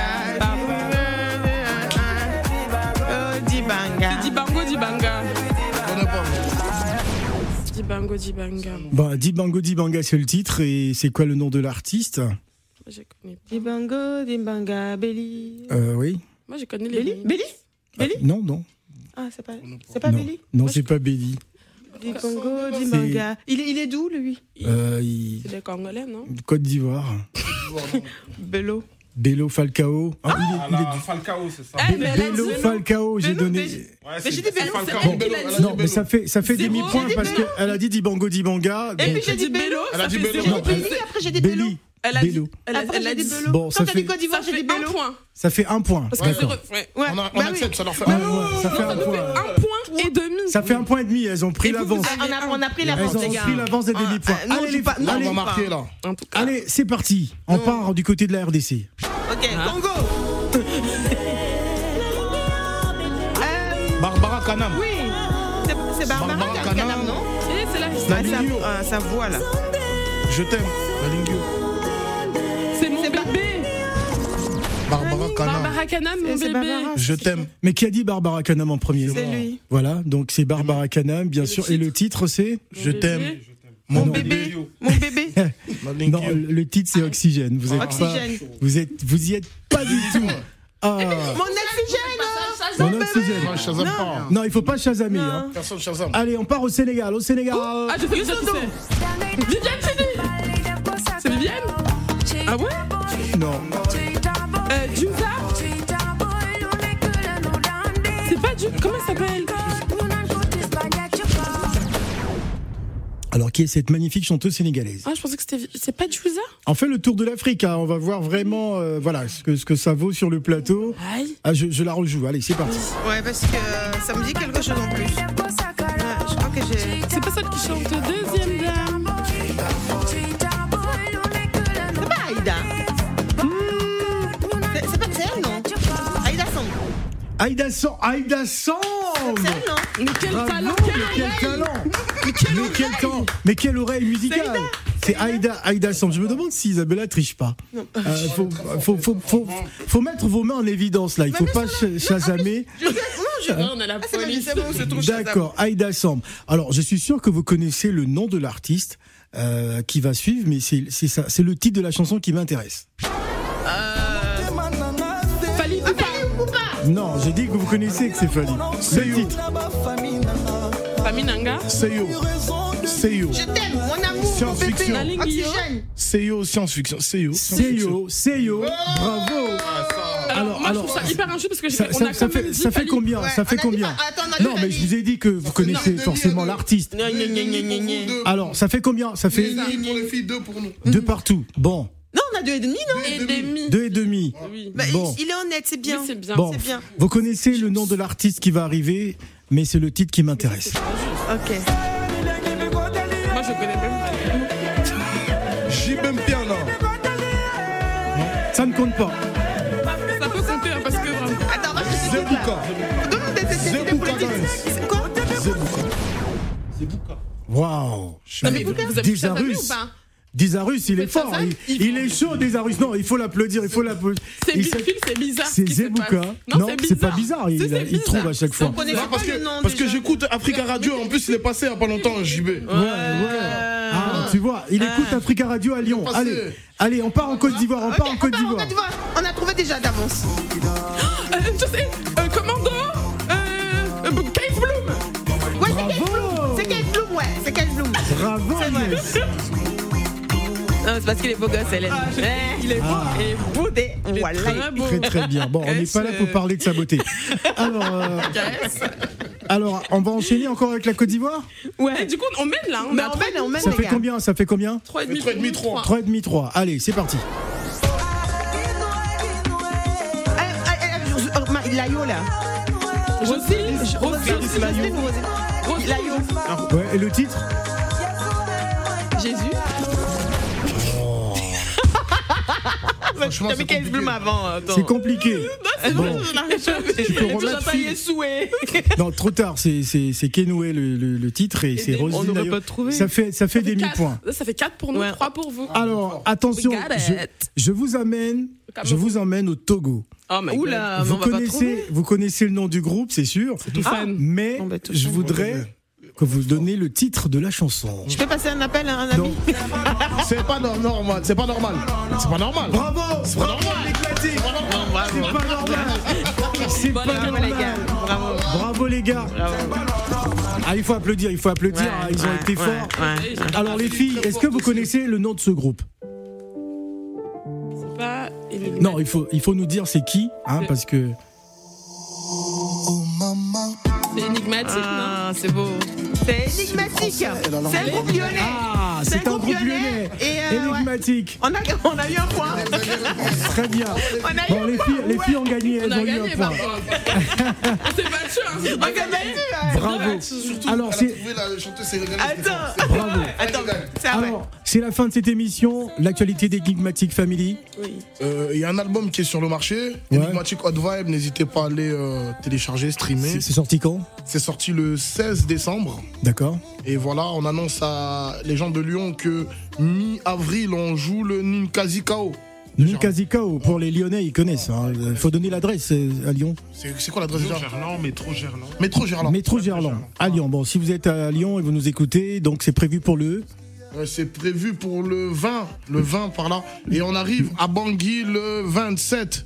Dibango Dibanga. Bon, Dibango Dibanga, c'est le titre. Et c'est quoi le nom de l'artiste Je connais pas. Dibango, Dimbanga, Belly. Euh, Oui. Moi, je connais les. Belly remixes. Belly Ah, Non, non. Ah, c'est pas, c'est pas non, Belly Non, c'est pas Belly. Dibango, Dimbanga. Il est, il est d'où, lui Euh, il- C'est des Congolais, non Côte d'Ivoire. Bello. Bello Falcao. Ah, il est- il est du- Falcao, c'est ça. Eh, mais elle a dit Bello Bello. Falcao, j'ai Bello, donné. mais- Mais j'ai dit Bello, c'est Falcao. elle qui Bello, l'a elle a dit. dit Non, mais ça fait, ça fait Zéro. demi-point J'ai dit parce Bello. qu'elle a dit Dibango Dibanga. Et donc puis j'ai dit Bello. Elle ça a dit fait Bello. zéro. Non, Puis elle- Après, j'ai dit Bello. Belly. Elle a Bello. dit. Elle a, Après, elle a j'ai dit dit Bello. Bon, Quand ça t'as dit fait, Côte d'Ivoire, Ça j'ai fait dit un Bello. point. ça fait un point. Parce que c'est. D'accord. re- ouais. Ouais, On, a- on bah oui. accepte, ça leur fait Ah un point. ouais, ça fait un point. Un point et demi. Ça fait un point et demi, elles ont pris Et vous, vous l'avance. Ah, On a, on a pris la Elles porte, ont les gars. pris l'avance des Ah, demi-points. ah, non, Allez, je les- pas- non, Là, je on va pas. marquer, là. En tout cas. Allez, c'est parti. On part du côté de la RDC. Ok, Congo. Euh, Barbara Canam. oui, C'est- c'est Barbara Barbara Canam, Canam. non Et c'est la Ah, sa, ah, sa voix là. Je t'aime. Lalingio. C'est mon C'est Bar- bébé. Barbara Canam. Barbara Canam, C'est- mon c'est bébé. Barbara. Je t'aime. Mais qui a dit Barbara Canam en premier C'est lui. Voilà, donc c'est Barbara Canam, bien le sûr. Et le titre, c'est Je bébé. t'aime. Mon Mon Non. bébé, mon bébé, Non, Lalingio. le titre, c'est Oxygène. Vous êtes Oxygène. pas- vous êtes, vous y êtes pas du tout. Ah, mon oxygène. mon Oxygène. Non, Shazam pas. hein. Non, il faut pas chasamer. hein. Personne Shazam. Allez, on part au Sénégal. Au Sénégal. Ah, je sais déjà qui c'est. Viviane Chidi. C'est Viviane Ah ouais Non. Euh, Jusa C'est pas du. Comment ça s'appelle Alors, qui est cette magnifique chanteuse sénégalaise Ah, je pensais que c'était. C'est pas Jusa On fait le tour de l'Afrique. hein. On va voir vraiment euh, voilà, ce, que, ce que ça vaut sur le plateau. Aïe. Ah, je, je la rejoue. Allez, c'est parti. Ouais, parce que ça me dit quelque chose en plus. Ouais, je crois que j'ai. C'est pas celle qui chante Deuxième Dame. C'est pas Aïda. C'est- C'est pas c'est elle, non Ah, Aïda Samb. Aïda Samb Aïda Samb Oh, C'est elle, non Mais quel Bravo, talent mais quel talent Mais quelle oreille Mais quelle oreille musicale C'est Aïda, Aïda Samb. Je me demande si Isabella triche pas. Euh, faut, faut, faut, faut- faut mettre vos mains en évidence là. Il faut pas ch- chasamer. Ouais, On a la C'est bon, police. c'est bon, c'est tout. Ah, D'accord, Aïda Samb. Alors, je suis sûr que vous connaissez le nom de l'artiste euh, qui va suivre, mais c'est c'est ça, c'est le titre de la chanson qui m'intéresse. Fali Poupa. Non, j'ai dit que vous connaissez que c'est Fali. Le titre, Faminanga. Seyo. Seyo. Je t'aime, mon amour, mon bébé, Science-fiction. Nalinguio. oxygène. Seyo, science-fiction. Seyo. Seyo, Seyo, bravo. Alors, moi, je trouve ça hyper injuste parce que j'ai- Ça, on ça- a ça quand même fait, dit ça fait Fali. combien Ouais, Ça on fait a dit combien pas- attends, on a Non, dit mais Fali. je vous ai dit que vous connaissez forcément l'artiste. Gna, gna, gna, gna, gna, gna. Alors, ça fait combien Ça fait pour les filles, deux pour nous. deux partout. Bon, Non, on a deux et demi, non Et demi. deux et demi. Oui. Bah, Bon. il, il est honnête, c'est bien. Oui, c'est bien. Bon, c'est bien. vous connaissez le nom de l'artiste qui va arriver, mais c'est le titre qui m'intéresse. Ok. Moi, je connais même pas. J'ai même bien là. Ça ne compte pas. Ça peut compter hein, parce que vraiment. Attends, moi je suis Zebuka. Donne-nous des des- des- des Zebuka politiques. Dance. C'est quoi Zebuka. Waouh Non, mais vous, vous avez Déjà déjà vu ou russe. pas Dizarus, il est Vous faites fort. ça, Il, il- il est chaud, Dizarus. Non, il faut l'applaudir. Il faut l'applaudir. C'est Il bizarre, sait- c'est bizarre. ce C'est qui se Zebuka. passe. Non, c'est pas bizarre. Il, Si, c'est il trouve bizarre. à chaque On fois. connaît Non, pas parce le nom que, parce que déjà. j'écoute Africa Radio, en plus il est passé il n'y a pas longtemps, JB. Ouais, ouais. Ah, tu vois, il euh. écoute Africa Radio à Lyon. passé. Allez, allez, on part en Côte d'Ivoire. On Ok, part en Côte on part en d'Ivoire. On a trouvé déjà d'avance. Euh, je sais, euh, Commando, euh, euh, Cave Bloom. Ouais, c'est Kate Bloom. Bravo C'est Kate Bloom, ouais. C'est Kate Bloom. Bravo, C'est vrai. Agnès. Non, c'est parce qu'il est beau gosse, Hélène. Eh, Il est beau. Il est beau des. Voilà. Très beau. Très très bien. Bon, on n'est pas là pour parler de sa beauté. Alors, euh, alors, on va enchaîner encore avec la Côte d'Ivoire. Et du coup, on mène là. On Mais est à on mène, on mène, Ça les fait gars. combien Ça fait combien 3,5. 3,5, 3. 3,5-3. Allez, c'est parti. Eh, eh, eh, je- je- oh, ma- Layo, là. Rosy, Roselyne, Rosy, Roselyne, Roselyne. Layo. Ouais, et le titre Jésus. Franchement, T'as mis Kate Bloom avant. euh, attends. C'est compliqué. Bon, Tu peux remettre fil. non, trop tard. C'est c'est c'est Kenoué le, le, le titre et c'est des- Rosine. on n'aurait Dayo. pas trouvé. Ça fait ça fait demi points. Ça fait 4 pour nous, Ouais. 3 pour vous. Ah, Alors attention, We got je, it. je vous amène je vous emmène au Togo. Oh my Oula, mais vous on va pas connaissez trouver. vous connaissez le nom du groupe, c'est sûr. Ah, tout fan. Mais Non, bah, tout je fan. voudrais que vous donnez le titre de la chanson. Je peux passer un appel à un ami C'est pas nor- normal, c'est pas normal. C'est pas normal. Bravo C'est pas normal. l'éclaté Bravo. C'est pas normal C'est pas Bravo, normal les gars. Bravo. Bravo les gars Ah il faut applaudir, il faut applaudir, Ouais, ah, ils ont ouais, été ouais, forts. ouais, ouais. Alors les filles, est-ce que vous connaissez le nom de ce groupe C'est pas Énigmatique. Non, il faut, il faut nous dire c'est qui, hein, parce que... C'est énigmatique, non Ah, c'est beau. C'est énigmatique. C'est un groupe lyonnais. Ah, c'est un groupe lyonnais Et euh, ouais. Énigmatique on, a, on a eu un point. Très bien On a eu Bon, un les point. filles, les filles ont gagné, On elles a ont eu un gagné, point. par contre. On s'est battu, hein, c'est pas On a battu, gagné. ouais. Bravo Surtout, Alors, elle a c'est- trouvé la chanteuse sénégalaise. Attends. Bravo. Attends. C'est vrai. Alors, c'est la fin de cette émission, l'actualité d'Enigmatic Family. Euh, Il y a un album qui est sur le marché, Ouais. Enigmatic Hot Vibe, n'hésitez pas à aller euh, télécharger, streamer. C'est c'est sorti quand C'est sorti le 16 décembre. D'accord. Et voilà, on annonce à les gens de Lyon que mi-avril, on joue le Ninkasi KO. Ninkazikao, pour les Lyonnais, ils connaissent. hein. Il faut donner l'adresse euh, à Lyon. C'est c'est quoi l'adresse déjà Gerland, métro Gerland. Métro Gerland. Métro Gerland, à Lyon. Bon, si vous êtes à Lyon et vous nous écoutez, donc c'est prévu pour le. Euh, C'est prévu pour le 20, le 20 par là. Et on arrive à Bangui le 27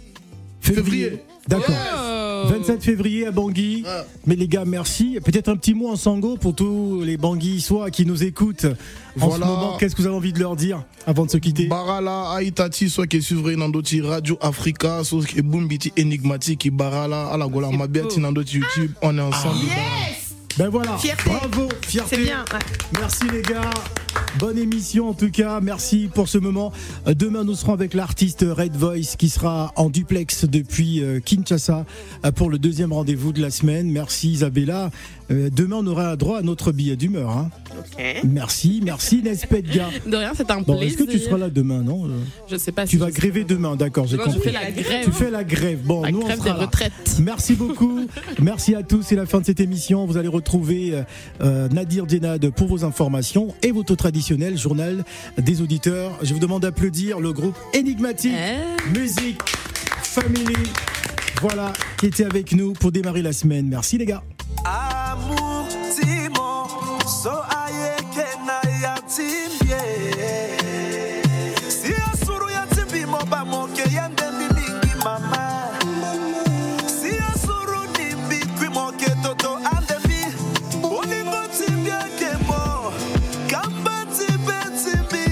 février. D'accord. Oh. 27 février à Bangui. Ouais. Mais les gars, merci. Peut-être un petit mot en sango pour tous les Banguissois qui nous écoutent en ce Voilà. moment. Qu'est-ce que vous avez envie de leur dire avant de se quitter Barala, Aitati, soit qui suivre Nandoti Radio Africa, soit qui Bumbiti Enigmatique, et Barala, Alagola, Mabiati, Nandoti YouTube, on est ensemble. Ah, Yes Ben voilà. Fierté. Bravo, fierté. C'est bien. ouais. Merci les gars. Bonne émission en tout cas. Merci pour ce moment. Euh, Demain, nous serons avec l'artiste Red Voice qui sera en duplex depuis euh, Kinshasa euh, pour le deuxième rendez-vous de la semaine. Merci Isabella. Euh, Demain, on aura droit à notre billet d'humeur. hein. Ok. Merci, merci Nespedga. De rien, c'est un Bon, plaisir. est-ce que tu seras là demain, non Euh, Je sais pas Tu si vas je- gréver demain, d'accord, j'ai Moi, je compris. fais la grève. Tu fais la grève. Bon, La nous grève on des sera là. retraites. Merci beaucoup. Merci à tous. C'est la fin de cette émission. Vous allez retrouver euh, euh, Nadir Djenad pour vos informations et votre traditionnel journal des auditeurs. Je vous demande d'applaudir le groupe Énigmatique Eh. Musique Family. Voilà, qui était avec nous pour démarrer la semaine. Merci les gars. amour timo so ayeke na ya timbie si asuru ya timbi mo bamoke ya ndembi mingi mama si asuru nimbi kwi moke toto andembi olingo timbi akemo kamba timbe timbi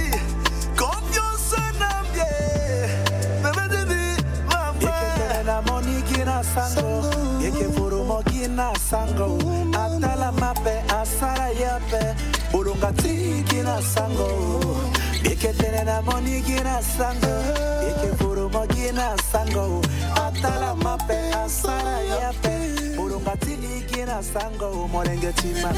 konfianse na mbie bebe dimbi mama na moniki na sango yeke boromoki na sango atala mape asara ye mpe bolonga tiki na sango yeketene na moniki na sango yeke boromoki na sango atala mape asara ye mpe bolonga tiki na sango molenge tima